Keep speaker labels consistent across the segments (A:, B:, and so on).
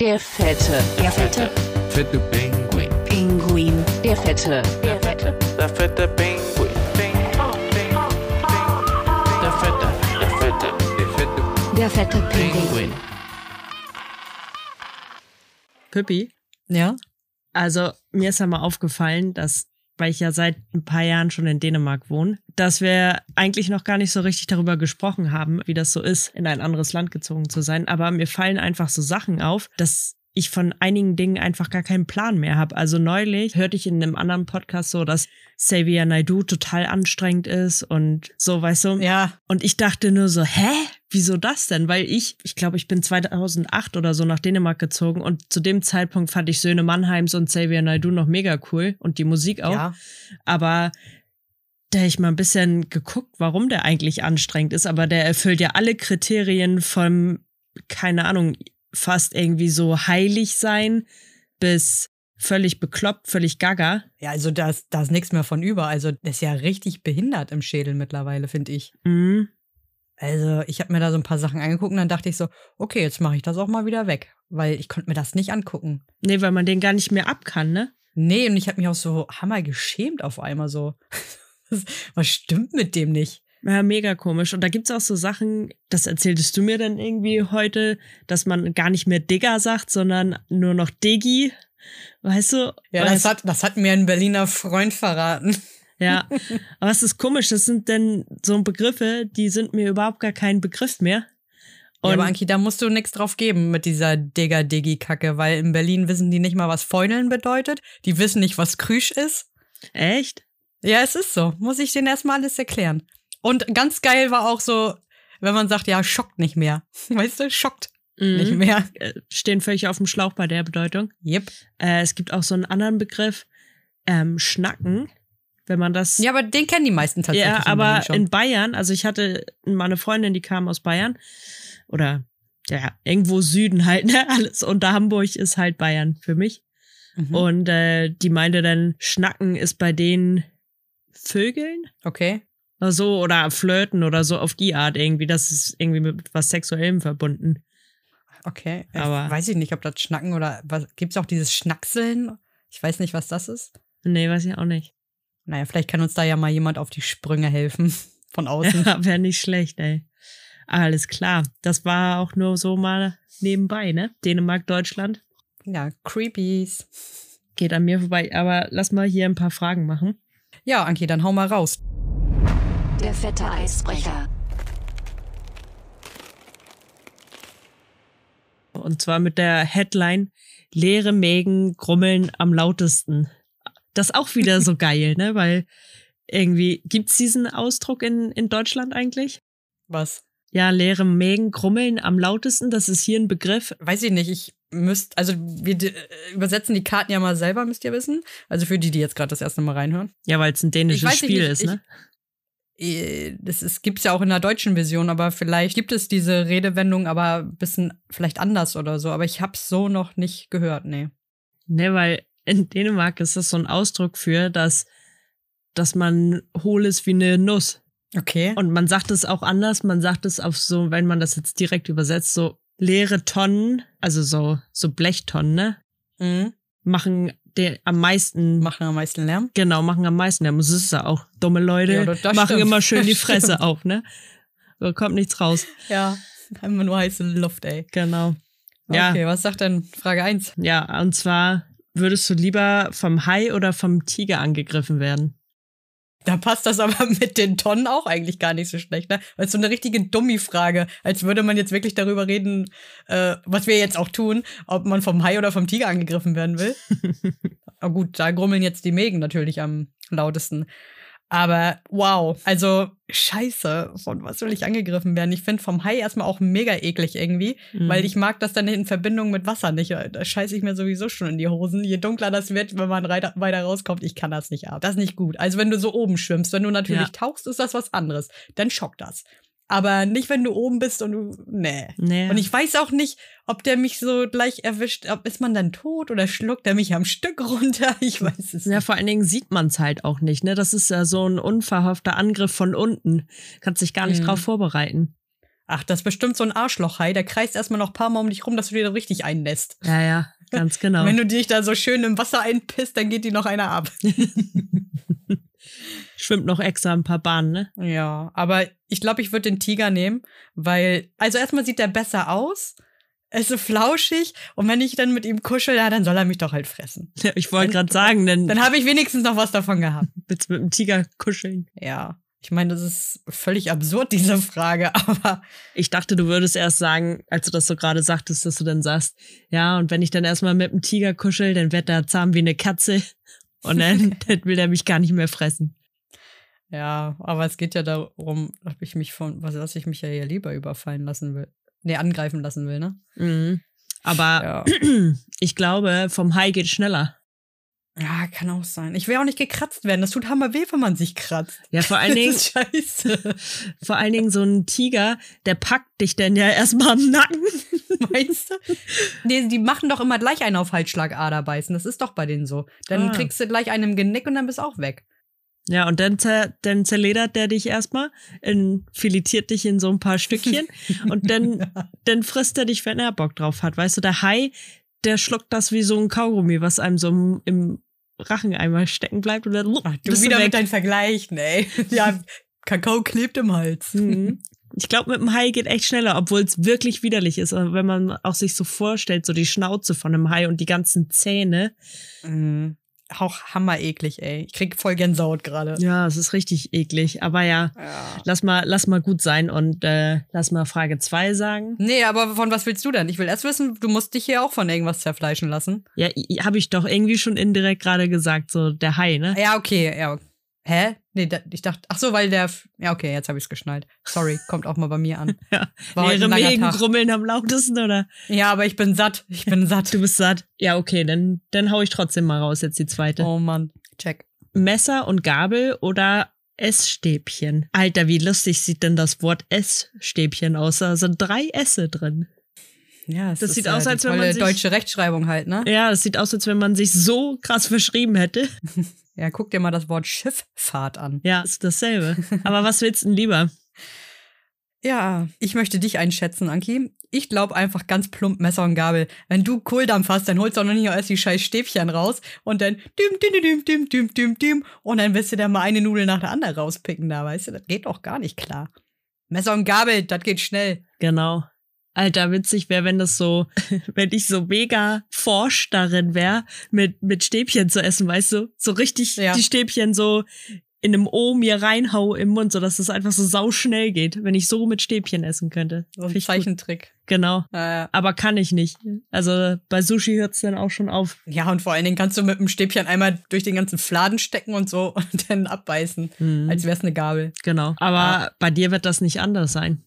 A: Der fette,
B: Der fette
C: Fette Penguin.
B: Pinguin.
A: der fette,
B: Der fette
D: Der fette Pinguin. Der fette, der fette,
C: Der fette
B: Der fette Pinguin.
C: Penguin.
E: Pippi,
F: Ja?
E: also mir ist ja mal aufgefallen, dass, weil ich ja seit ein paar Jahren schon in Dänemark wohne, dass wir eigentlich noch gar nicht so richtig darüber gesprochen haben, wie das so ist, in ein anderes Land gezogen zu sein. Aber mir fallen einfach so Sachen auf, dass ich von einigen Dingen einfach gar keinen Plan mehr habe. Also neulich hörte ich in einem anderen Podcast so, dass Xavier Naidu total anstrengend ist und so, weißt du.
F: Ja.
E: Und ich dachte nur so, hä? Wieso das denn? Weil ich, ich glaube, ich bin 2008 oder so nach Dänemark gezogen und zu dem Zeitpunkt fand ich Söhne Mannheims und Xavier Naidoo noch mega cool und die Musik auch.
F: Ja.
E: Aber da hab ich mal ein bisschen geguckt, warum der eigentlich anstrengend ist, aber der erfüllt ja alle Kriterien vom, keine Ahnung, fast irgendwie so heilig sein bis völlig bekloppt, völlig gaga.
F: Ja, also da ist, da ist nichts mehr von über. Also der ist ja richtig behindert im Schädel mittlerweile, finde ich.
E: Mhm.
F: Also ich habe mir da so ein paar Sachen angeguckt und dann dachte ich so, okay, jetzt mache ich das auch mal wieder weg, weil ich konnte mir das nicht angucken.
E: Nee, weil man den gar nicht mehr ab kann, ne?
F: Nee, und ich habe mich auch so hammer geschämt auf einmal so. Was- Was stimmt mit dem nicht?
E: Ja, mega komisch. Und da gibt's auch so Sachen, das erzähltest du mir dann irgendwie heute, dass man gar nicht mehr Digger sagt, sondern nur noch Diggi. Weißt du?
F: Ja,
E: Weißt-
F: das hat, das hat mir ein Berliner Freund verraten.
E: ja. Aber es ist komisch, das sind denn so Begriffe, die sind mir überhaupt gar kein Begriff mehr.
F: Ja,
E: Und
F: aber Anki, da musst du nichts drauf geben mit dieser Digger-Diggi-Kacke, weil in Berlin wissen die nicht mal, was Fäuneln bedeutet. Die wissen nicht, was Krüsch ist.
E: echt?
F: Ja, es ist so. Muss ich denen erstmal alles erklären. Und ganz geil war auch so, wenn man sagt, ja, schockt nicht mehr. Weißt du, schockt
E: Mhm.
F: nicht mehr.
E: Äh, Stehen völlig auf dem Schlauch bei der Bedeutung.
F: Yep.
E: Äh, es gibt auch so einen anderen Begriff, ähm, Schnacken, wenn man das.
F: Ja, aber den kennen die meisten tatsächlich.
E: Ja,
F: in Berlin
E: aber
F: schon.
E: in Bayern, also ich hatte mal eine Freundin, die kam aus Bayern oder ja, irgendwo Süden halt, ne, alles unter Hamburg ist halt Bayern für mich.
F: Mhm.
E: Und äh, die meinte dann, Schnacken ist bei denen Vögeln
F: Okay.
E: oder so oder Flirten oder so auf die Art irgendwie. Das ist irgendwie mit was Sexuellem verbunden.
F: Okay.
E: Aber-
F: ich weiß ich nicht, ob das Schnacken oder was. Gibt es auch dieses Schnackseln? Ich weiß nicht, was das ist.
E: Nee, weiß ich auch nicht.
F: Naja, vielleicht kann uns da ja mal jemand auf die Sprünge helfen. Von außen.
E: Ja, wäre nicht schlecht, ey. Alles klar. Das war auch nur so mal nebenbei, ne? Dänemark, Deutschland.
F: ja, Creepies.
E: Geht an mir vorbei, aber lass mal hier ein paar Fragen machen.
F: Ja, Anki, dann hau mal raus.
B: Der fette Eisbrecher.
E: Und zwar mit der Headline Leere Mägen grummeln am lautesten. Das ist auch wieder so geil, ne? Weil irgendwie gibt's diesen Ausdruck in, in Deutschland eigentlich?
F: Was?
E: Ja, leere Mägen grummeln am lautesten, das ist hier ein Begriff.
F: Weiß ich nicht, ich müsst, also wir d- äh, übersetzen die Karten ja mal selber, müsst ihr wissen. Also für die, die jetzt gerade das erste Mal reinhören.
E: Ja, weil es ein
F: Ich
E: dänisches
F: weiß nicht,
E: Spiel
F: ich-
E: ist, ne?
F: Äh, Das ist, gibt's ja auch in der deutschen Version, aber vielleicht gibt es diese Redewendung aber ein bisschen vielleicht anders oder so. Aber ich hab's so noch nicht gehört, nee.
E: Ne, weil in Dänemark ist das so ein Ausdruck für, dass, dass man hohl ist wie eine Nuss.
F: Okay.
E: Und man sagt es auch anders, man sagt es auf so, wenn man das jetzt direkt übersetzt, so leere Tonnen, also so, so Blechtonnen, ne?
F: Mhm.
E: Machen der am meisten,
F: Machen am meisten Lärm.
E: genau, machen am meisten. Ja, das ist ja auch. Dumme Leute
F: Ja, das- das
E: machen
F: stimmt.
E: immer schön die
F: Das
E: Fresse
F: stimmt.
E: auf, ne? Da kommt nichts raus.
F: Ja. Immer nur heiße Luft, ey.
E: Genau. Ja.
F: Okay, was sagt denn Frage 1?
E: Ja, und zwar würdest du lieber vom Hai oder vom Tiger angegriffen werden?
F: Da passt das aber mit den Tonnen auch eigentlich gar nicht so schlecht, ne? Weil es so eine richtige Dummi-Frage, als würde man jetzt wirklich darüber reden, äh, was wir jetzt auch tun, ob man vom Hai oder vom Tiger angegriffen werden will. Aber gut, da grummeln jetzt die Mägen natürlich am lautesten. Aber wow, also scheiße, von was will ich angegriffen werden? Ich finde vom Hai erstmal auch mega eklig irgendwie,
E: Mhm.
F: weil ich mag das dann in Verbindung mit Wasser nicht. äh, Da scheiße ich mir sowieso schon in die Hosen. Je dunkler das wird, wenn man reiter- weiter rauskommt, ich kann das nicht ab. Das ist nicht gut. Also wenn du so oben schwimmst, wenn du natürlich
E: Ja.
F: tauchst, ist das was anderes. Dann schockt das. Aber nicht, wenn du oben bist und du, nee.
E: Nee.
F: Und ich weiß auch nicht, ob der mich so gleich erwischt. Ob ist man dann tot oder schluckt er mich am Stück runter? Ich weiß es
E: Ja,
F: nicht.
E: vor allen Dingen sieht man es halt auch nicht, ne? Das ist ja so ein unverhoffter Angriff von unten. Kannst dich gar nicht
F: Mhm.
E: drauf vorbereiten.
F: Ach, das ist bestimmt so ein Arschlochhai, der kreist erstmal noch ein paar Mal um dich rum, dass du dir da richtig einnässt.
E: Ja, ja, ganz genau.
F: Wenn du dich da so schön im Wasser einpisst, dann geht dir noch einer ab.
E: Schwimmt noch extra ein paar Bahnen, ne?
F: Ja, aber ich glaube, ich würde den Tiger nehmen, weil, also erstmal sieht der besser aus, es ist flauschig und wenn ich dann mit ihm kuschel, ja, dann soll er mich doch halt fressen.
E: Ja, ich wollte gerade sagen, denn
F: Dann habe ich wenigstens noch was davon gehabt.
E: willst du mit dem Tiger kuscheln.
F: Ja, ich meine, das ist völlig absurd, diese Frage, aber
E: Ich dachte, du würdest erst sagen, als du das so gerade sagtest, dass du dann sagst, ja, und wenn ich dann erstmal mit dem Tiger kuschel, dann wird er zahm wie eine Katze und dann, dann will er mich gar nicht mehr fressen.
F: ja, aber es geht ja darum, ob ich mich von, was, dass ich mich ja hier lieber überfallen lassen will. Nee, angreifen lassen will, ne?
E: Mhm.
F: Ja.
E: Aber ich glaube, vom Hai geht schneller.
F: Ja, kann auch sein. Ich will auch nicht gekratzt werden. Das tut hammer weh, wenn man sich kratzt.
E: Ja, vor allen Dingen,
F: Das ist scheiße.
E: vor allen Dingen so ein Tiger, der packt dich denn ja erstmal am Nacken.
F: Meinst du? Nee, die machen doch immer gleich einen auf Halsschlagader beißen. Das ist doch bei denen so. Dann
E: Ah.
F: kriegst du gleich einen im Genick und dann bist du auch weg.
E: Ja, und dann, zer, dann zerledert der dich erstmal, in, filetiert dich in so ein paar Stückchen und dann, dann frisst er dich, wenn er Bock drauf hat. Weißt du, der Hai, der schluckt das wie so ein Kaugummi, was einem so im, im Rachen einmal stecken bleibt. Und dann,
F: Ach, du
E: bist
F: wieder
E: weg.
F: mit deinen Vergleichen, ey. Ja, Kakao klebt im Hals.
E: Mhm. Ich glaube, mit dem Hai geht echt schneller, obwohl es wirklich widerlich ist. Aber wenn man auch sich so vorstellt, so die Schnauze von einem Hai und die ganzen Zähne.
F: Mhm. Auch hammer eklig, ey. Ich krieg voll Gänsehaut gerade.
E: Ja, es ist richtig eklig. Aber ja,
F: Ja.
E: lass mal, lass mal gut sein und äh, lass mal Frage zwei sagen.
F: Nee, aber von was willst du denn? Ich will erst wissen, du musst dich hier auch von irgendwas zerfleischen lassen.
E: Ja, habe ich doch irgendwie schon indirekt gerade gesagt, so der Hai, ne?
F: Ja, okay, ja. Hä? Nee, da, ich dachte, ach so, weil der. F- Ja, okay, jetzt habe ich es geschnallt. Sorry, kommt auch mal bei mir an.
E: Ja.
F: War heute
E: Ihre
F: ein langer
E: Mägen
F: Tag.
E: grummeln am lautesten, oder?
F: Ja, aber ich bin satt. Ich bin satt.
E: Du bist satt. Ja, okay, dann, dann hau ich trotzdem mal raus, jetzt die zweite.
F: Oh Mann, check.
E: Messer und Gabel oder Essstäbchen? Alter, wie lustig sieht denn das Wort Essstäbchen aus? Da sind drei Esse drin.
F: Ja, es
E: Das
F: ist,
E: sieht
F: äh,
E: aus,
F: die
E: als wenn man
F: tolle
E: sich-
F: deutsche Rechtschreibung halt, ne?
E: Ja, das sieht aus, als wenn man sich so krass verschrieben hätte.
F: Ja, guck dir mal das Wort Schifffahrt an.
E: Ja, ist dasselbe. Aber was willst du denn lieber?
F: Ja, ich möchte dich einschätzen, Anki. Ich glaube einfach ganz plump Messer und Gabel. Wenn du Kohldampf hast, dann holst du auch noch nicht erst die scheiß Stäbchen raus und dann düm, düm, düm, düm, düm, düm, düm und dann wirst du da mal eine Nudel nach der anderen rauspicken da, weißt du? Das geht doch gar nicht klar. Messer und Gabel, das geht schnell.
E: Genau. Alter, witzig wäre, wenn das so, wenn ich so mega forsch darin wäre, mit, mit Stäbchen zu essen, weißt du? So richtig
F: Ja.
E: die Stäbchen so in einem O mir reinhau im Mund, sodass es einfach so sauschnell geht, wenn ich so mit Stäbchen essen könnte.
F: So ein
E: Find ich gut.
F: Zeichentrick.
E: Genau.
F: Äh,
E: Aber kann ich nicht. Also bei Sushi hört's dann auch schon auf.
F: ja, und vor allen Dingen kannst du mit dem Stäbchen einmal durch den ganzen Fladen stecken und so und dann abbeißen, als wär's eine Gabel.
E: genau. Aber bei dir wird das nicht anders sein.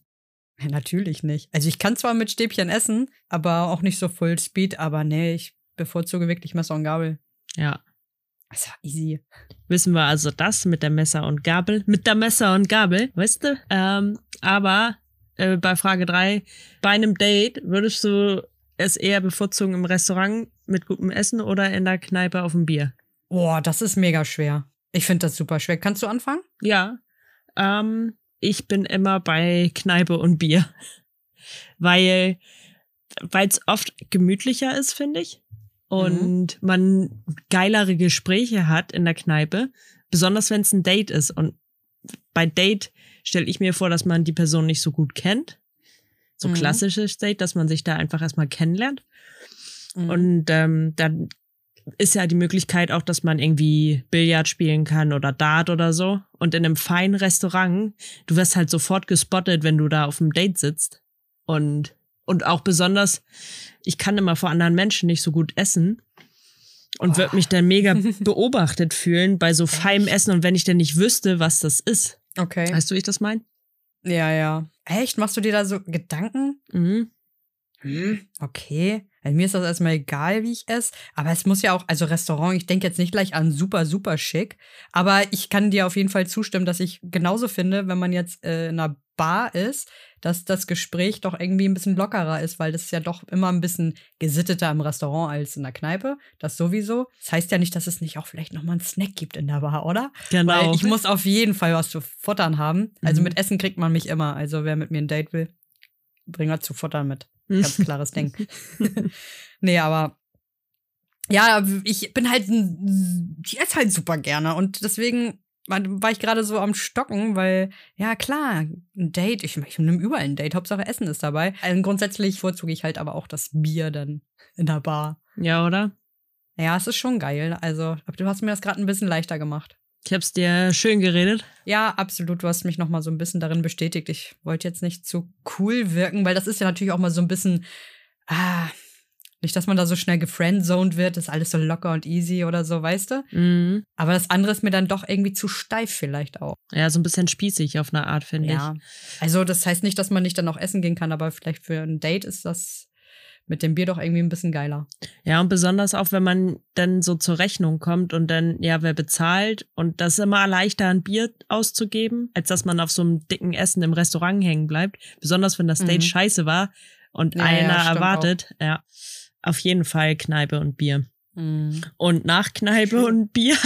F: Ja, natürlich nicht. Also ich kann zwar mit Stäbchen essen, aber auch nicht so Full Speed, aber nee, ich bevorzuge wirklich Messer und Gabel.
E: Ja.
F: Das war easy.
E: Wissen wir also das mit der Messer und Gabel. Mit der Messer und Gabel, weißt du? Ähm, aber äh, bei Frage drei bei einem Date würdest du es eher bevorzugen im Restaurant mit gutem Essen oder in der Kneipe auf dem Bier?
F: Boah, das ist mega schwer. Ich finde das super schwer. Kannst du anfangen?
E: Ja. Ähm, ich bin immer bei Kneipe und Bier. Weil es oft gemütlicher ist, finde ich. Und man geilere Gespräche hat in der Kneipe. Besonders wenn es ein Date ist. Und bei Date stelle ich mir vor, dass man die Person nicht so gut kennt. So
F: Mhm.
E: klassisches Date, dass man sich da einfach erstmal kennenlernt.
F: Mhm. Mm,
E: Und ähm, dann ist ja die Möglichkeit auch, dass man irgendwie Billard spielen kann oder Dart oder so. Und in einem feinen Restaurant, du wirst halt sofort gespottet, wenn du da auf dem Date sitzt. Und, und auch besonders, ich kann immer vor anderen Menschen nicht so gut essen und
F: Oh.
E: würde mich dann mega beobachtet fühlen bei so feinem
F: Echt?
E: Essen und wenn ich denn nicht wüsste, was das ist.
F: Okay.
E: Weißt du, wie ich das meine?
F: ja, ja. Echt? Machst du dir da so Gedanken?
E: Mhm.
F: Hm. Okay. Also mir ist das erstmal egal, wie ich esse. Aber es muss ja auch, also Restaurant, ich denke jetzt nicht gleich an super, super schick. Aber ich kann dir auf jeden Fall zustimmen, dass ich genauso finde, wenn man jetzt äh, in einer Bar ist, dass das Gespräch doch irgendwie ein bisschen lockerer ist, weil das ist ja doch immer ein bisschen gesitteter im Restaurant als in der Kneipe. Das sowieso. Das heißt ja nicht, dass es nicht auch vielleicht nochmal einen Snack gibt in der Bar, oder?
E: Genau.
F: Weil ich muss auf jeden Fall was zu futtern haben. Also
E: Mhm.
F: mit Essen kriegt man mich immer. Also wer mit mir ein Date will. bring was zu futtern mit.
E: Mhm.
F: Ganz klares Ding. nee, aber ja, ich bin halt, ein- ich esse halt super gerne und deswegen war, war ich gerade so am Stocken, weil, ja klar, ein Date, ich, ich nehme überall ein Date, Hauptsache Essen ist dabei. Also grundsätzlich vorzuge ich halt aber auch das Bier dann in der Bar.
E: Ja, oder?
F: Ja, es ist schon geil, also, aber du hast mir das gerade ein bisschen leichter gemacht.
E: Ich hab's dir schön geredet.
F: Ja, absolut. Du hast mich noch mal so ein bisschen darin bestätigt. Ich wollte jetzt nicht zu cool wirken, weil das ist ja natürlich auch mal so ein bisschen ah, nicht, dass man da so schnell gefriendzoned wird, ist alles so locker und easy oder so, weißt du?
E: Mhm.
F: Aber das andere ist mir dann doch irgendwie zu steif vielleicht auch.
E: Ja, so ein bisschen spießig auf eine Art, finde
F: Ja. Also, das heißt nicht, dass man nicht dann auch essen gehen kann, aber vielleicht für ein Date ist das mit dem Bier doch irgendwie ein bisschen geiler.
E: ich. Ja, und besonders auch, wenn man dann so zur Rechnung kommt und dann, ja, wer bezahlt? Und das ist immer leichter, ein Bier auszugeben, als dass man auf so einem dicken Essen im Restaurant hängen bleibt. Besonders wenn das Date
F: Mhm.
E: scheiße war und
F: Ja, ja,
E: einer
F: stimmt
E: erwartet. Ja, auf jeden Fall Kneipe und Bier. Und nach Kneipe und Bier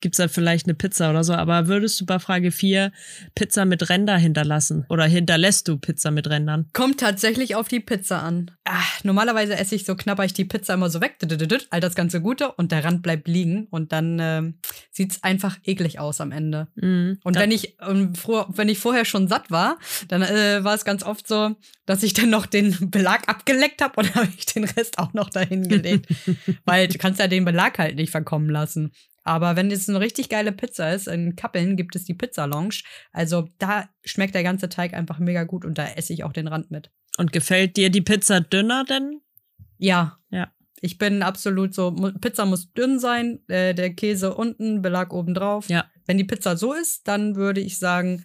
E: gibt's dann vielleicht eine Pizza oder so. Aber würdest du bei Frage 4 Pizza mit Ränder hinterlassen? Oder hinterlässt du Pizza mit Rändern?
F: Kommt tatsächlich auf die Pizza an. Ach, normalerweise esse ich so knapper ich die Pizza immer so weg, düdüdüdüd, all das ganze Gute und der Rand bleibt liegen und dann ähm, sieht's einfach eklig aus am Ende.
E: Mhm.
F: Und
E: Da-
F: wenn ich ähm, vor, wenn ich vorher schon satt war, dann äh, war es ganz oft so, dass ich dann noch den Belag abgeleckt habe und habe ich den Rest auch noch dahin gelegt, weil du kannst ja den Belag halt nicht verkommen lassen. Aber wenn es eine richtig geile Pizza ist, in Kappeln gibt es die Pizza Lounge. Also da schmeckt der ganze Teig einfach mega gut und da esse ich auch den Rand mit.
E: Und gefällt dir die Pizza dünner denn?
F: Ja.
E: Ja.
F: Ich bin absolut so, mu- Pizza muss dünn sein, äh, der Käse unten, Belag oben drauf.
E: Ja.
F: Wenn die Pizza so ist, dann würde ich sagen,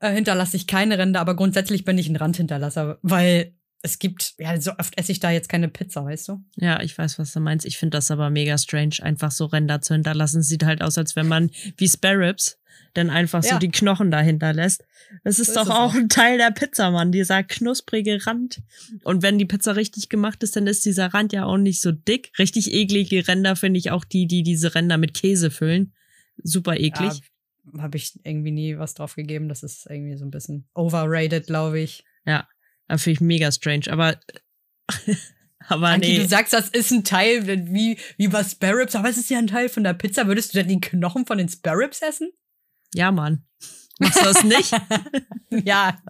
F: äh, hinterlasse ich keine Ränder, aber grundsätzlich bin ich ein Randhinterlasser, weil es gibt, ja, so oft esse ich da jetzt keine Pizza, weißt du?
E: Ja, ich weiß, was du meinst. Ich finde das aber mega strange, einfach so Ränder zu hinterlassen. Sieht halt aus, als wenn man wie Spare Ribs dann einfach so
F: Ja.
E: die Knochen dahinter lässt. Das
F: So
E: ist
F: ist
E: doch
F: es
E: auch
F: auch.
E: ein Teil der Pizza, Mann, dieser knusprige Rand. Und wenn die Pizza richtig gemacht ist, dann ist dieser Rand ja auch nicht so dick. Richtig eklige Ränder finde ich auch die, die diese Ränder mit Käse füllen. Super eklig.
F: Ja, Habe ich irgendwie nie was drauf gegeben. Das ist irgendwie so ein bisschen overrated, glaube ich.
E: Das finde ich mega strange, aber, aber
F: Anki,
E: Ah, nee.
F: du sagst, das ist ein Teil wie, wie bei Spare Ribs, aber es ist ja ein Teil von der Pizza. Würdest du denn die Knochen von den Spare Ribs essen?
E: ja, Mann. Machst du das nicht?
F: ja.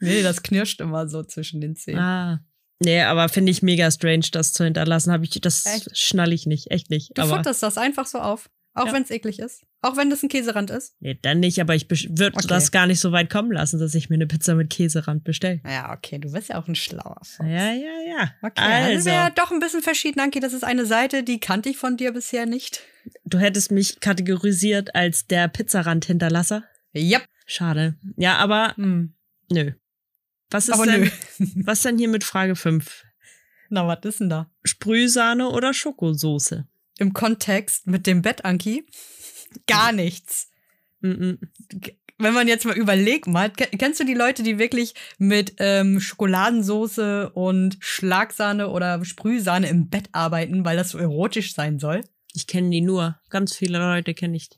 F: Nee, das knirscht immer so zwischen den Zähnen.
E: Ah. Nee, aber finde ich mega strange, das zu hinterlassen. Hab ich, das
F: Echt?
E: schnall ich nicht, echt nicht.
F: du
E: aber,
F: futterst das einfach so auf. Auch
E: Ja.
F: wenn es eklig ist. Auch wenn das ein Käserand ist.
E: nee, dann nicht, aber ich würde
F: Okay.
E: das gar nicht so weit kommen lassen, dass ich mir eine Pizza mit Käserand bestelle.
F: Ja, okay, du bist ja auch ein schlauer Fuchs.
E: Ja, ja, ja.
F: Oh Okay, also
E: also,
F: wäre doch ein bisschen verschieden, Anki. Das ist eine Seite, die kannte ich von dir bisher nicht.
E: du hättest mich kategorisiert als der Pizzarand-Hinterlasser.
F: Yep.
E: Schade. Ja, aber
F: Hm.
E: nö. Was ist
F: Aber
E: denn,
F: nö.
E: was denn hier mit Frage 5?
F: Na, was ist denn da?
E: Sprühsahne oder Schokosoße?
F: Im Kontext mit dem Bett, Anki, gar nichts.
E: Mm -mm.
F: wenn man jetzt mal überlegt, mal, ke- kennst du die Leute, die wirklich mit ähm, Schokoladensoße und Schlagsahne oder Sprühsahne im Bett arbeiten, weil das so erotisch sein soll?
E: Ich kenne die nur. Ganz viele Leute kenne ich.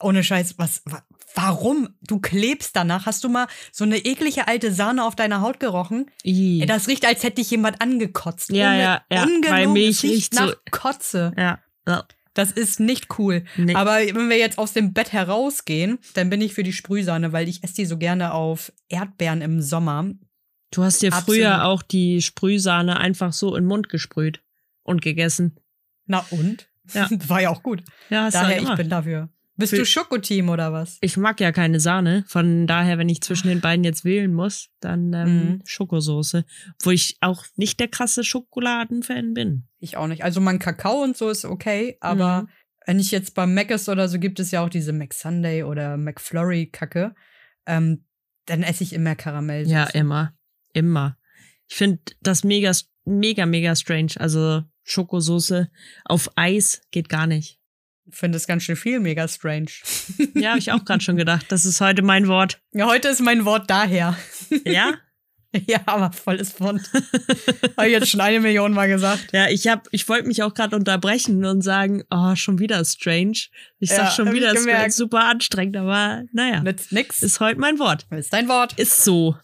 F: Ohne Scheiß, was, wa warum? Du klebst danach. Hast du mal so eine eklige alte Sahne auf deiner Haut gerochen?
E: Ih.
F: Ey, Das riecht, als hätte dich jemand angekotzt.
E: Hm. Ja, ja, ja,
F: ungelogen,
E: weil Milch
F: es riecht
E: riecht so-
F: nach Kotze.
E: Ja. Ja.
F: Das ist nicht cool.
E: Nee.
F: Aber wenn wir jetzt aus dem Bett herausgehen, dann bin ich für die Sprühsahne, weil ich esse die so gerne auf Erdbeeren im Sommer.
E: Du hast dir
F: Absolut.
E: früher auch die Sprühsahne einfach so in den Mund gesprüht und gegessen.
F: Na und?
E: Ja.
F: War ja auch gut.
E: Ja, hast du
F: Daher,
E: halt
F: ich
E: immer.
F: bin dafür. Bist
E: Für-
F: du Schokoteam oder was?
E: Ich mag ja keine Sahne. Von daher, wenn ich zwischen den beiden jetzt wählen muss, dann ähm,
F: Mhm.
E: Schokosoße. Wo ich auch nicht der krasse Schokoladenfan bin.
F: Ich auch nicht. Also mein Kakao und so ist okay, aber
E: Mhm.
F: wenn ich jetzt beim Mac ist oder so, gibt es ja auch diese Mac Sunday oder McFlurry-Kacke. Ähm, dann esse ich immer Karamell.
E: Ja, immer. Immer. Ich finde das mega, mega, mega strange. Also Schokosoße auf Eis geht gar nicht.
F: Ich finde das ganz schön viel mega strange.
E: Ja, habe ich auch gerade schon gedacht. Das ist heute mein Wort.
F: Ja, heute ist mein Wort daher.
E: Ja?
F: ja, aber volles Wort. Habe ich jetzt schon eine Million Mal gesagt.
E: Ja, ich hab, ich wollte mich auch gerade unterbrechen und sagen, oh, schon wieder strange. Ich sag
F: Ja,
E: schon
F: hab ich
E: wieder
F: gemerkt.
E: strange, super anstrengend, aber naja,
F: Nützt nix.
E: ist heute mein Wort.
F: Ist dein Wort.
E: Ist so.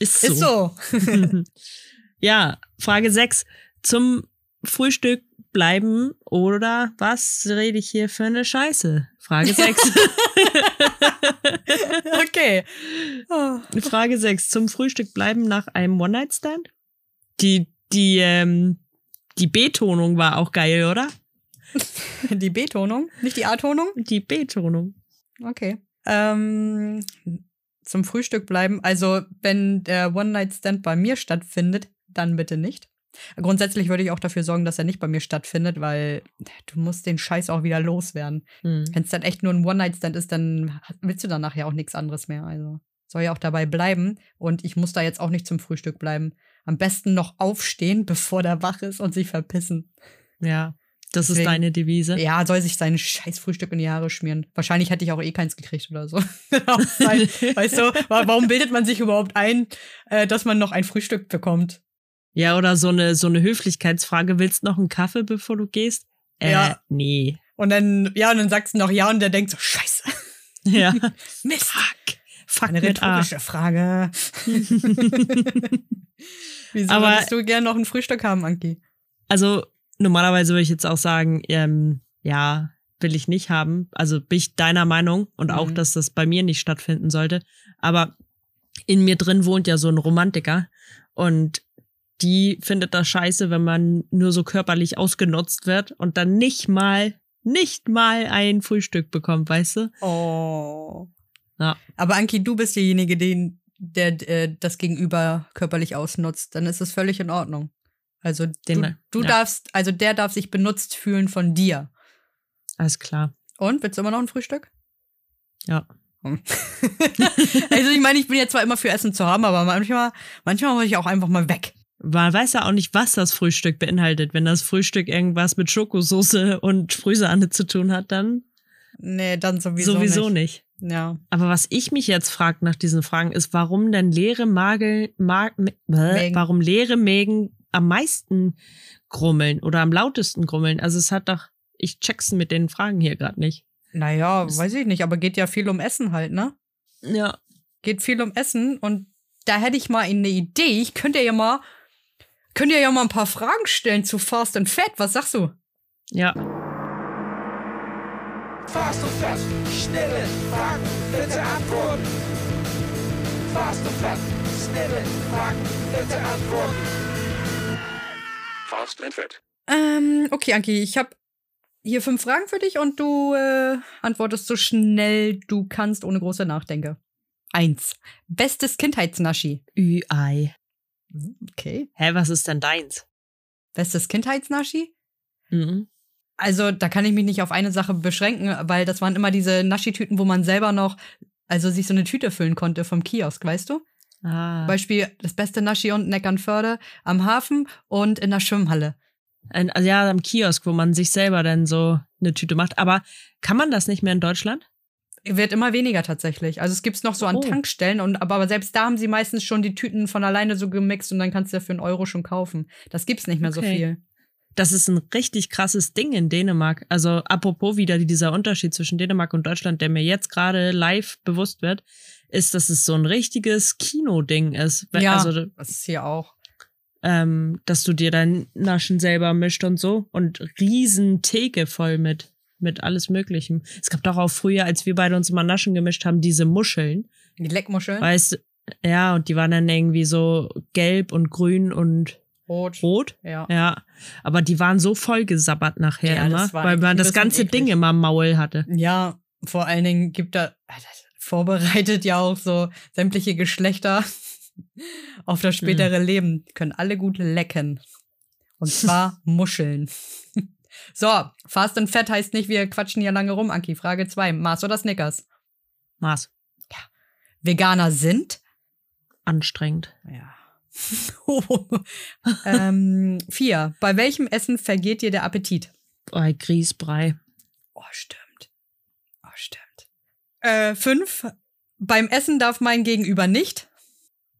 E: Ist so.
F: Ist so.
E: ja, Frage 6. Zum Frühstück bleiben oder was rede ich hier für eine Scheiße? Frage 6.
F: Okay. Oh.
E: Frage 6. Zum Frühstück bleiben nach einem One-Night-Stand? Die, die, ähm, die B-Tonung war auch geil, oder?
F: Die B-Tonung, nicht die A-Tonung?
E: Die B-Tonung.
F: Okay. Ähm, zum Frühstück bleiben. Also, wenn der One-Night-Stand bei mir stattfindet, dann bitte nicht. Grundsätzlich würde ich auch dafür sorgen, dass er nicht bei mir stattfindet, weil du musst den Scheiß auch wieder loswerden.
E: Hm.
F: Wenn es dann echt nur ein One-Night-Stand ist, dann willst du danach ja auch nichts anderes mehr. Also soll ja auch dabei bleiben. Und ich muss da jetzt auch nicht zum Frühstück bleiben. Am besten noch aufstehen, bevor der wach ist und sich verpissen.
E: Ja, das ist
F: Deswegen-
E: deine Devise.
F: Ja, soll sich sein scheiß Frühstück in die Haare schmieren. Wahrscheinlich hätte ich auch eh keins gekriegt oder so. Weil, weißt du, wa- warum bildet man sich überhaupt ein, äh, dass man noch ein Frühstück bekommt?
E: Ja, oder so eine, so eine Höflichkeitsfrage. Willst noch einen Kaffee, bevor du gehst? Äh,
F: Ja.
E: nee.
F: Und dann, ja, und dann sagst du noch ja und der denkt so, scheiße,
E: Ja.
F: Mist.
E: Fuck. Fuck
F: Eine
E: mit A.
F: rhetorische Frage. Wieso
E: Aber-
F: würdest du gern noch ein Frühstück haben, Anki?
E: Also normalerweise würde ich jetzt auch sagen, ähm, ja, will ich nicht haben. Also bin ich deiner Meinung und auch,
F: Mhm.
E: dass das bei mir nicht stattfinden sollte. Aber in mir drin wohnt ja so ein Romantiker und die findet das scheiße, wenn man nur so körperlich ausgenutzt wird und dann nicht mal, nicht mal ein Frühstück bekommt, weißt du?
F: Oh.
E: Ja.
F: Aber Anki, du bist derjenige, den, der äh, das Gegenüber körperlich ausnutzt. Dann ist es völlig in Ordnung. Also du,
E: Den-
F: du
E: ja.
F: darfst, also der darf sich benutzt fühlen von dir.
E: Alles klar.
F: Und willst du immer noch ein Frühstück?
E: Ja.
F: Hm. also ich meine, ich bin ja zwar immer für Essen zu haben, aber manchmal, manchmal muss ich auch einfach mal weg.
E: Man weiß ja auch nicht, was das Frühstück beinhaltet. Wenn das Frühstück irgendwas mit Schokosauce und Sprühsahne zu tun hat, dann
F: Nee, dann sowieso,
E: sowieso nicht.
F: nicht. Ja.
E: Aber was ich mich jetzt frage nach diesen Fragen ist, warum denn leere Magel, Mag, M- bäh,
F: Mägen.
E: warum leere Mägen am meisten grummeln oder am lautesten grummeln? Also es hat doch, ich check's mit den Fragen hier gerade nicht.
F: Naja,
E: Das-
F: weiß ich nicht, aber geht ja viel um Essen halt, ne?
E: Ja.
F: geht viel um Essen und da hätte ich mal eine Idee. Ich könnte ja mal, könnt ihr ja mal ein paar Fragen stellen zu Fast and Fat. Was sagst du?
E: Ja.
D: Fast und fest, schnelle Fragen, bitte antworten. Fast und fest, schnelle Fragen, bitte antworten. Fast and Fett.
F: Ähm, okay, Anki, ich habe hier fünf Fragen für dich und du äh, antwortest so schnell du kannst, ohne große Nachdenke. Eins. Bestes Kindheitsnaschi.
E: Ü-Ei.
F: Okay.
E: Hä, was ist denn deins?
F: Bestes Kindheitsnaschi?
E: Mhm.
F: Also, da kann ich mich nicht auf eine Sache beschränken, weil das waren immer diese Naschi-Tüten, wo man selber noch, also sich so eine Tüte füllen konnte vom Kiosk, weißt du?
E: Ah.
F: Beispiel das beste Naschi unten Neckernförde am Hafen und in der Schwimmhalle.
E: Ein, also ja, am Kiosk, wo man sich selber dann so eine Tüte macht. Aber kann man das nicht mehr in Deutschland?
F: Wird immer weniger tatsächlich. Also es gibt's noch so an
E: Oh.
F: Tankstellen und aber, aber selbst da haben sie meistens schon die Tüten von alleine so gemixt und dann kannst du ja für einen Euro schon kaufen. Das gibt's nicht mehr so
E: Okay.
F: viel.
E: Das ist ein richtig krasses Ding in Dänemark. Also apropos wieder dieser Unterschied zwischen Dänemark und Deutschland, der mir jetzt gerade live bewusst wird, ist, dass es so ein richtiges Kino-Ding ist. Wenn-
F: Ja.
E: Also,
F: Das ist hier auch.
E: ähm, dass du dir dein Naschen selber mischt und so. Und riesen Theke voll mit, mit alles Möglichem. Es gab doch auch früher, als wir beide uns immer Naschen gemischt haben, diese Muscheln.
F: Die Leckmuscheln.
E: Weißt du, ja, und die waren dann irgendwie so gelb und grün und
F: Rot.
E: rot.
F: Ja.
E: Ja, aber die waren so vollgesabbert nachher
F: Ja,
E: immer,
F: das war
E: weil
F: echt
E: man
F: ein
E: das
F: bisschen
E: ganze
F: eklig.
E: Ding immer im Maul hatte.
F: ja, vor allen Dingen gibt da das vorbereitet ja auch so sämtliche Geschlechter auf das spätere Leben. Können alle gut lecken. Und zwar Muscheln. so, Fast and Fat heißt nicht, wir quatschen hier lange rum, Anki. Frage 2. Mars oder Snickers?
E: Mars,
F: Veganer sind?
E: anstrengend.
F: Ja. ähm, vier. Bei welchem Essen vergeht dir der Appetit?
E: Bei Grießbrei.
F: Oh, stimmt. Oh, stimmt. Äh, fünf. Beim Essen darf mein Gegenüber nicht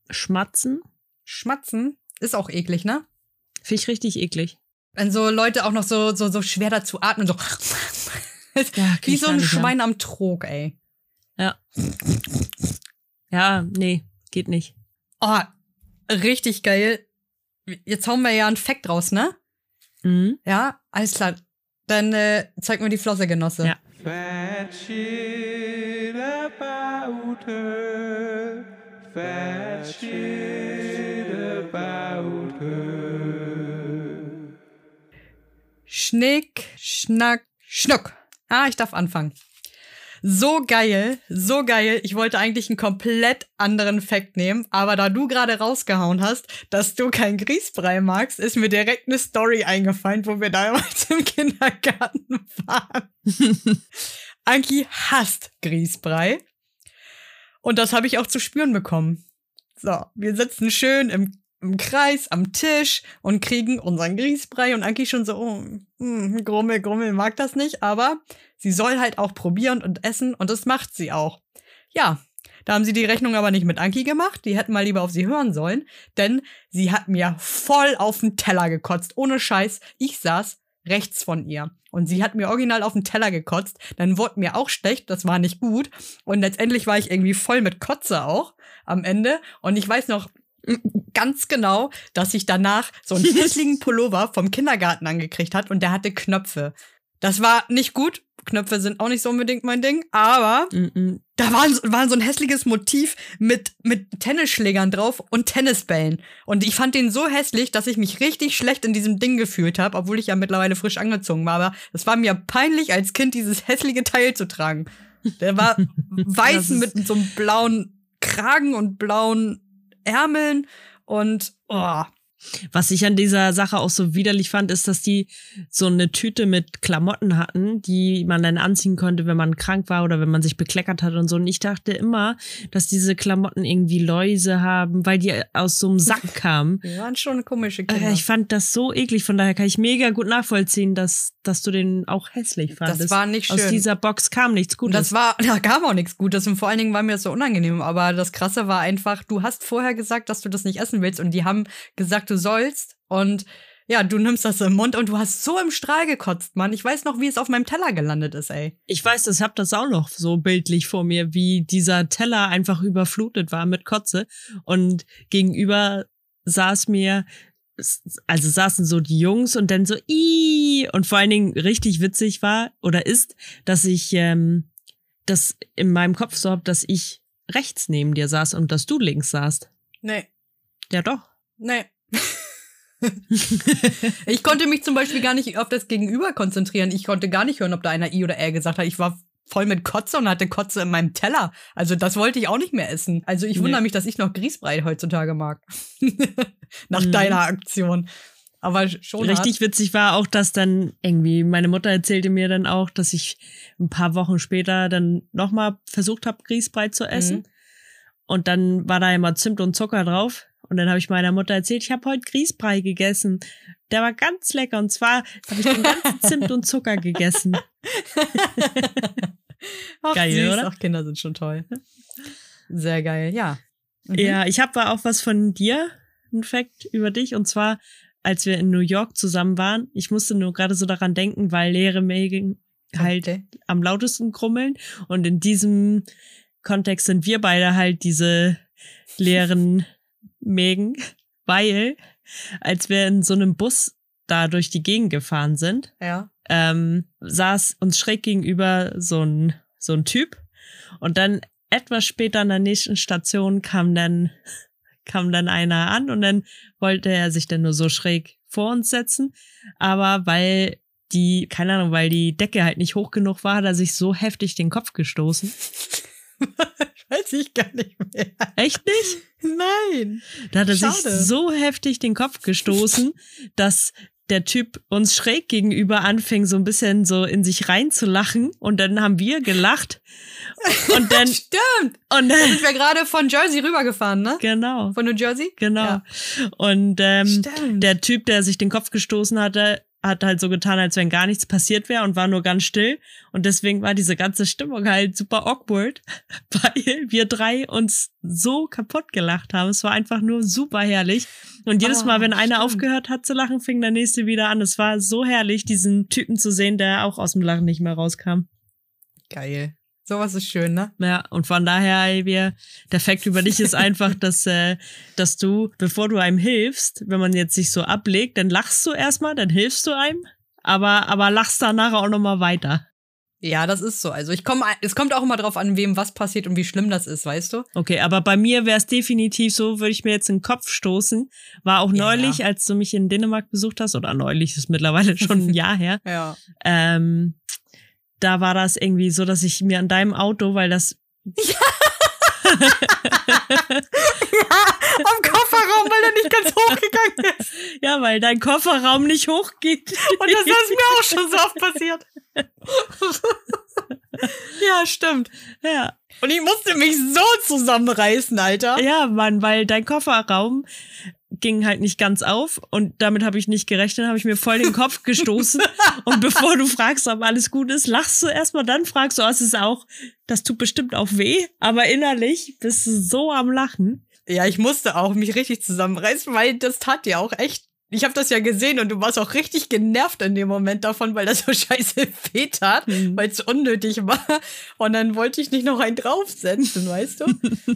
E: Schmatzen
F: schmatzen. Ist auch eklig, ne?
E: finde ich richtig eklig.
F: Wenn so Leute auch noch so, so, so schwer dazu atmen, so.
E: Ja,
F: Wie so ein Schwein am Trog, ey.
E: Ja, nee, geht nicht.
F: Oh, richtig geil. Jetzt hauen wir ja einen Fact raus, ne?
E: Mhm.
F: Ja, alles klar. Dann äh, zeig mir die Flosse, Genosse.
E: Ja.
D: Fat shit about her. Fat shit about her.
F: Schnick, schnack, schnuck. Ah, ich darf anfangen. So geil, so geil. Ich wollte eigentlich einen komplett anderen Fact nehmen, aber da du gerade rausgehauen hast, dass du keinen Grießbrei magst, ist mir direkt eine Story eingefallen, wo wir damals im Kindergarten waren. Anki hasst Grießbrei. Und das habe ich auch zu spüren bekommen. So, wir sitzen schön im, im Kreis am Tisch und kriegen unseren Grießbrei und Anki schon so, oh, hm, Grummel, Grummel mag das nicht, aber sie soll halt auch probieren und essen und das macht sie auch. Ja, da haben sie die Rechnung aber nicht mit Anki gemacht, die hätten mal lieber auf sie hören sollen, denn sie hat mir voll auf den Teller gekotzt, ohne Scheiß. Ich saß rechts von ihr und sie hat mir original auf den Teller gekotzt, dann wurde mir auch schlecht, das war nicht gut und letztendlich war ich irgendwie voll mit Kotze auch am Ende. Und ich weiß noch ganz genau, dass ich danach so einen hässlichen Pullover vom Kindergarten angekriegt hat und der hatte Knöpfe. Das war nicht gut. Knöpfe sind auch nicht so unbedingt mein Ding, aber
E: Mhm.
F: da waren, so- waren so ein hässliches Motiv mit, mit Tennisschlägern drauf und Tennisbällen. Und ich fand den so hässlich, dass ich mich richtig schlecht in diesem Ding gefühlt habe, obwohl ich ja mittlerweile frisch angezogen war. Aber es war mir peinlich, als Kind dieses hässliche Teil zu tragen. Der war weiß
E: Das ist-
F: mit so einem blauen Kragen und blauen Ärmeln und oh,
E: Was ich an dieser Sache auch so widerlich fand, ist, dass die so eine Tüte mit Klamotten hatten, die man dann anziehen konnte, wenn man krank war oder wenn man sich bekleckert hat und so. Und ich dachte immer, dass diese Klamotten irgendwie Läuse haben, weil die aus so einem Sack kamen.
F: wir waren schon komische Kinder.
E: Äh, Ich fand das so eklig, von daher kann ich mega gut nachvollziehen, dass, dass du den auch hässlich fandest.
F: das war nicht schön.
E: Aus dieser Box kam nichts
F: Und
E: Gutes.
F: das war, da kam auch nichts Gutes und vor allen Dingen war mir das so unangenehm. Aber das Krasse war einfach, du hast vorher gesagt, dass du das nicht essen willst und die haben gesagt, du sollst und ja, du nimmst das im Mund und du hast so im Strahl gekotzt, Mann. Ich weiß noch, wie es auf meinem Teller gelandet ist, ey.
E: ich weiß, ich habe das auch noch so bildlich vor mir, wie dieser Teller einfach überflutet war mit Kotze und gegenüber saß mir also saßen so die Jungs und dann so i und vor allen Dingen richtig witzig war oder ist, dass ich ähm, das in meinem Kopf so hab, dass ich rechts neben dir saß und dass du links saßt.
F: Nee,
E: Ja doch.
F: nee. ich konnte mich zum Beispiel gar nicht auf das Gegenüber konzentrieren. Ich konnte gar nicht hören, ob da einer I oder R gesagt hat. Ich war voll mit Kotze und hatte Kotze in meinem Teller. Also das wollte ich auch nicht mehr essen. Also ich
E: Nee.
F: wundere mich, dass ich noch Grießbrei heutzutage mag. Nach
E: Mhm.
F: deiner Aktion. Aber schon
E: Richtig witzig war auch, dass dann irgendwie meine Mutter erzählte mir dann auch, dass ich ein paar Wochen später dann nochmal versucht habe, Grießbrei zu essen.
F: Mhm.
E: Und dann war da immer Zimt und Zucker drauf. Und dann habe ich meiner Mutter erzählt, ich habe heute Grießbrei gegessen. Der war ganz lecker. Und zwar habe ich den ganzen Zimt und Zucker gegessen.
F: hart. Ach,
E: Geil,
F: süß.
E: oder?
F: Ach, Kinder sind schon toll. Sehr geil, ja. Mhm.
E: Ja, ich habe auch was von dir, ein Fact über dich. Und zwar, als wir in New York zusammen waren, ich musste nur gerade so daran denken, weil leere Mägen halt
F: Okay.
E: am lautesten krummeln. Und in diesem Kontext sind wir beide halt diese leeren Mägen, weil als wir in so einem Bus da durch die Gegend gefahren sind,
F: Ja.
E: ähm, saß uns schräg gegenüber so ein, so ein Typ. Und dann etwas später an der nächsten Station kam dann, kam dann einer an und dann wollte er sich dann nur so schräg vor uns setzen. Aber weil die, keine Ahnung, weil die Decke halt nicht hoch genug war, hat er sich so heftig den Kopf gestoßen.
F: Weiß ich gar nicht mehr.
E: Echt nicht?
F: Nein.
E: Da hat er sich
F: Schade.
E: so heftig den Kopf gestoßen, dass der Typ uns schräg gegenüber anfing, so ein bisschen so in sich reinzulachen. Und dann haben wir gelacht. Und dann,
F: Stimmt.
E: und
F: Da
E: dann,
F: sind wir gerade von Jersey rübergefahren, ne?
E: genau,
F: Von New Jersey?
E: genau.
F: Ja.
E: Und ähm,
F: Stimmt.
E: der Typ, der sich den Kopf gestoßen hatte, hat halt so getan, als wenn gar nichts passiert wäre und war nur ganz still. Und deswegen war diese ganze Stimmung halt super awkward, weil wir drei uns so kaputt gelacht haben. Es war einfach nur super herrlich. Und jedes
F: Ah,
E: Mal, wenn einer
F: stimmt.
E: aufgehört hat zu lachen, fing der nächste wieder an. Es war so herrlich, diesen Typen zu sehen, der auch aus dem Lachen nicht mehr rauskam.
F: Geil. Sowas ist schön, ne?
E: Ja, und von daher, Elvia, der Fakt über dich ist einfach, dass, äh, dass du, bevor du einem hilfst, wenn man jetzt sich so ablegt, dann lachst du erstmal, dann hilfst du einem, aber, aber lachst danach auch nochmal weiter.
F: Ja, das ist so. Also ich komme, es kommt auch immer drauf an, wem was passiert und wie schlimm das ist, weißt du?
E: Okay, aber bei mir wäre es definitiv so, würde ich mir jetzt in den Kopf stoßen. War auch
F: Ja,
E: neulich, als du mich in Dänemark besucht hast, oder neulich ist mittlerweile schon ein Jahr her,
F: Ja.
E: ähm, da war das irgendwie so, dass ich mir an deinem Auto, weil das
F: Am Kofferraum, weil der nicht ganz hochgegangen ist.
E: Ja, weil dein Kofferraum nicht hochgeht.
F: Und das ist mir auch schon so oft passiert. ja, stimmt.
E: ja.
F: Und ich musste mich so zusammenreißen, Alter.
E: ja, Mann, weil dein Kofferraum ging halt nicht ganz auf und damit habe ich nicht gerechnet, habe ich mir voll den Kopf gestoßen. und bevor du fragst, ob alles gut ist, lachst du erstmal, dann fragst du, oh, es ist auch, das tut bestimmt auch weh, aber innerlich bist du so am Lachen.
F: Ja, ich musste auch mich richtig zusammenreißen, weil das tat ja auch echt. Ich habe das ja gesehen und du warst auch richtig genervt in dem Moment davon, weil das so scheiße weh tat,
E: Mhm.
F: weil es unnötig war. Und dann wollte ich nicht noch einen draufsetzen, weißt du?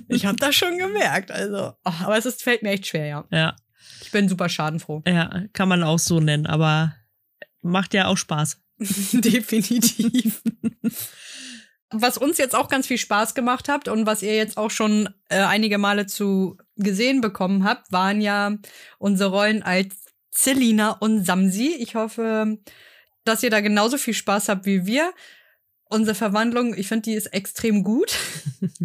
F: Ich habe das schon gemerkt. Also, oh, aber es ist, fällt mir echt schwer, ja.
E: Ja,
F: Ich bin super schadenfroh.
E: ja, kann man auch so nennen, aber macht ja auch Spaß.
F: Definitiv. Was uns jetzt auch ganz viel Spaß gemacht hat und was ihr jetzt auch schon äh, einige Male zu gesehen bekommen habt, waren ja unsere Rollen als Celina und Samsi. Ich hoffe, dass ihr da genauso viel Spaß habt wie wir. Unsere Verwandlung, ich finde, die ist extrem gut.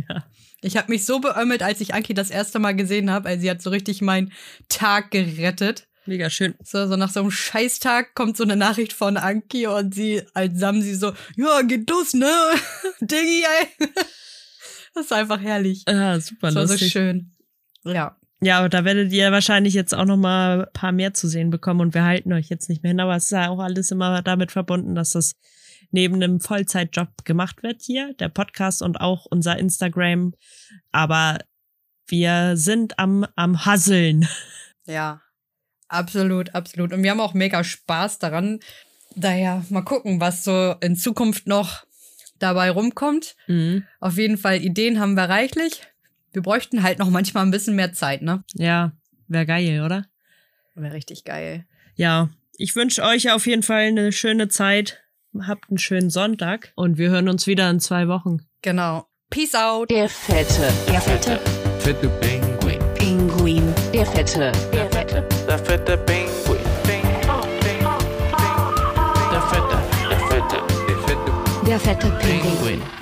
E: Ja.
F: Ich habe mich so beömmelt, als ich Anki das erste Mal gesehen habe. Also sie hat so richtig meinen Tag gerettet.
E: Mega schön.
F: So, so nach so einem Scheißtag kommt so eine Nachricht von Anki und sie, als Samsi so, ja, geht los, ne? Diggi, ey. Das ist einfach herrlich.
E: Ah, super
F: Das war so
E: lustig.
F: schön. Ja.
E: Ja, aber da werdet ihr wahrscheinlich jetzt auch noch mal ein paar mehr zu sehen bekommen und wir halten euch jetzt nicht mehr hin, aber es ist ja auch alles immer damit verbunden, dass das neben einem Vollzeitjob gemacht wird hier, der Podcast und auch unser Instagram, aber wir sind am am Hasseln.
F: Ja. Absolut, absolut. Und wir haben auch mega Spaß daran. Daher mal gucken, was so in Zukunft noch dabei rumkommt.
E: Mhm.
F: Auf jeden Fall, Ideen haben wir reichlich. Wir bräuchten halt noch manchmal ein bisschen mehr Zeit, ne?
E: Ja, wär geil, oder?
F: Wäre richtig geil.
E: Ja, ich wünsche euch auf jeden Fall eine schöne Zeit. Habt einen schönen Sonntag und wir hören uns wieder in zwei Wochen.
F: Genau. Peace out.
B: Der fette, der fette
D: Fette Pinguin.
B: Pinguin. Der fette, der fette.
D: Der fette Pinguin. Der fette, der fette, der fette
B: Der fette Pinguin.
D: Pinguin.